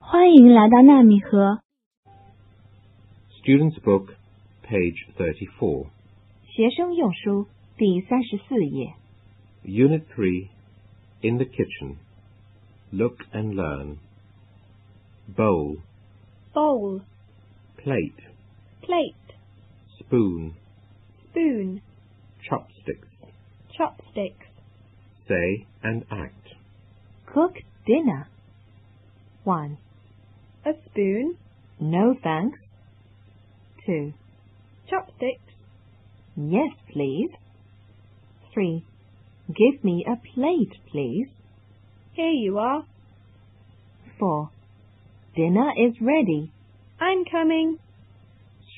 欢迎来到纳米河 Student's Book, page 34, 学生用书第三十四页。 Unit 3, In the Kitchen. Look and learn. Bowl, bowl, plate, plate, spoon, spoon, chopsticks. chopsticks, Say and act. Cook dinner. 1. a spoon, No thanks. 2. chopsticks, Yes, please. 3. Give me a plate, please. here you are, 4. Dinner is ready. I'm coming,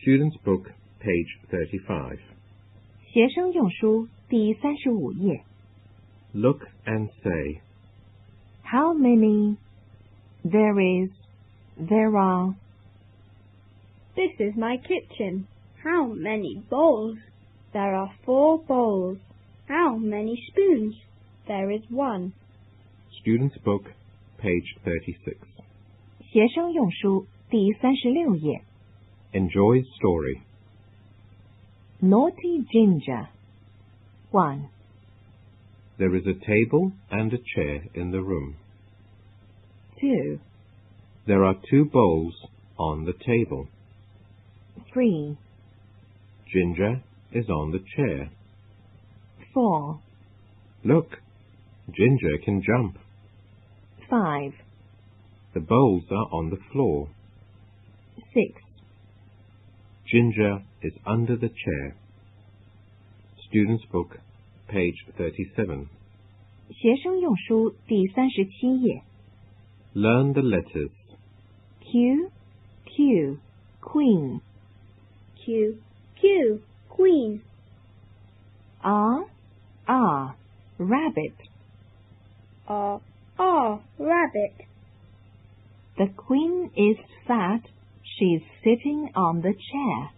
Student's Book, page 35. 学生用书第三十五页。 Look and say. How many? There is. There are. this is my kitchen. How many bowls? There are four bowls. How many spoons? There is one. Student's Book, page 36. 学生用书第三十六页。 Enjoy story. Naughty Ginger. 1. There is a table and a chair in the room. 2. There are two bowls on the table. 3. Ginger is on the chair. 4. Look, Ginger can jump. 5. The bowls are on the floor. 6. Ginger is under the chair. Student's book, page 37. 学生用书第三十七页。 Learn the letters. Q, Q, Queen, Q, Q, queen, R, R, Rabbit. R, R, rabbit, The Queen is fat. She's sitting on the chair.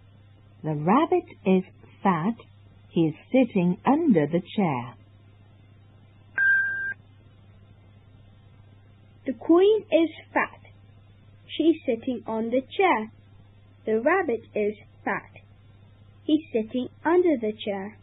The rabbit is fat. He's sitting under the chair. The queen is fat. She's sitting on the chair. The rabbit is fat. He's sitting under the chair.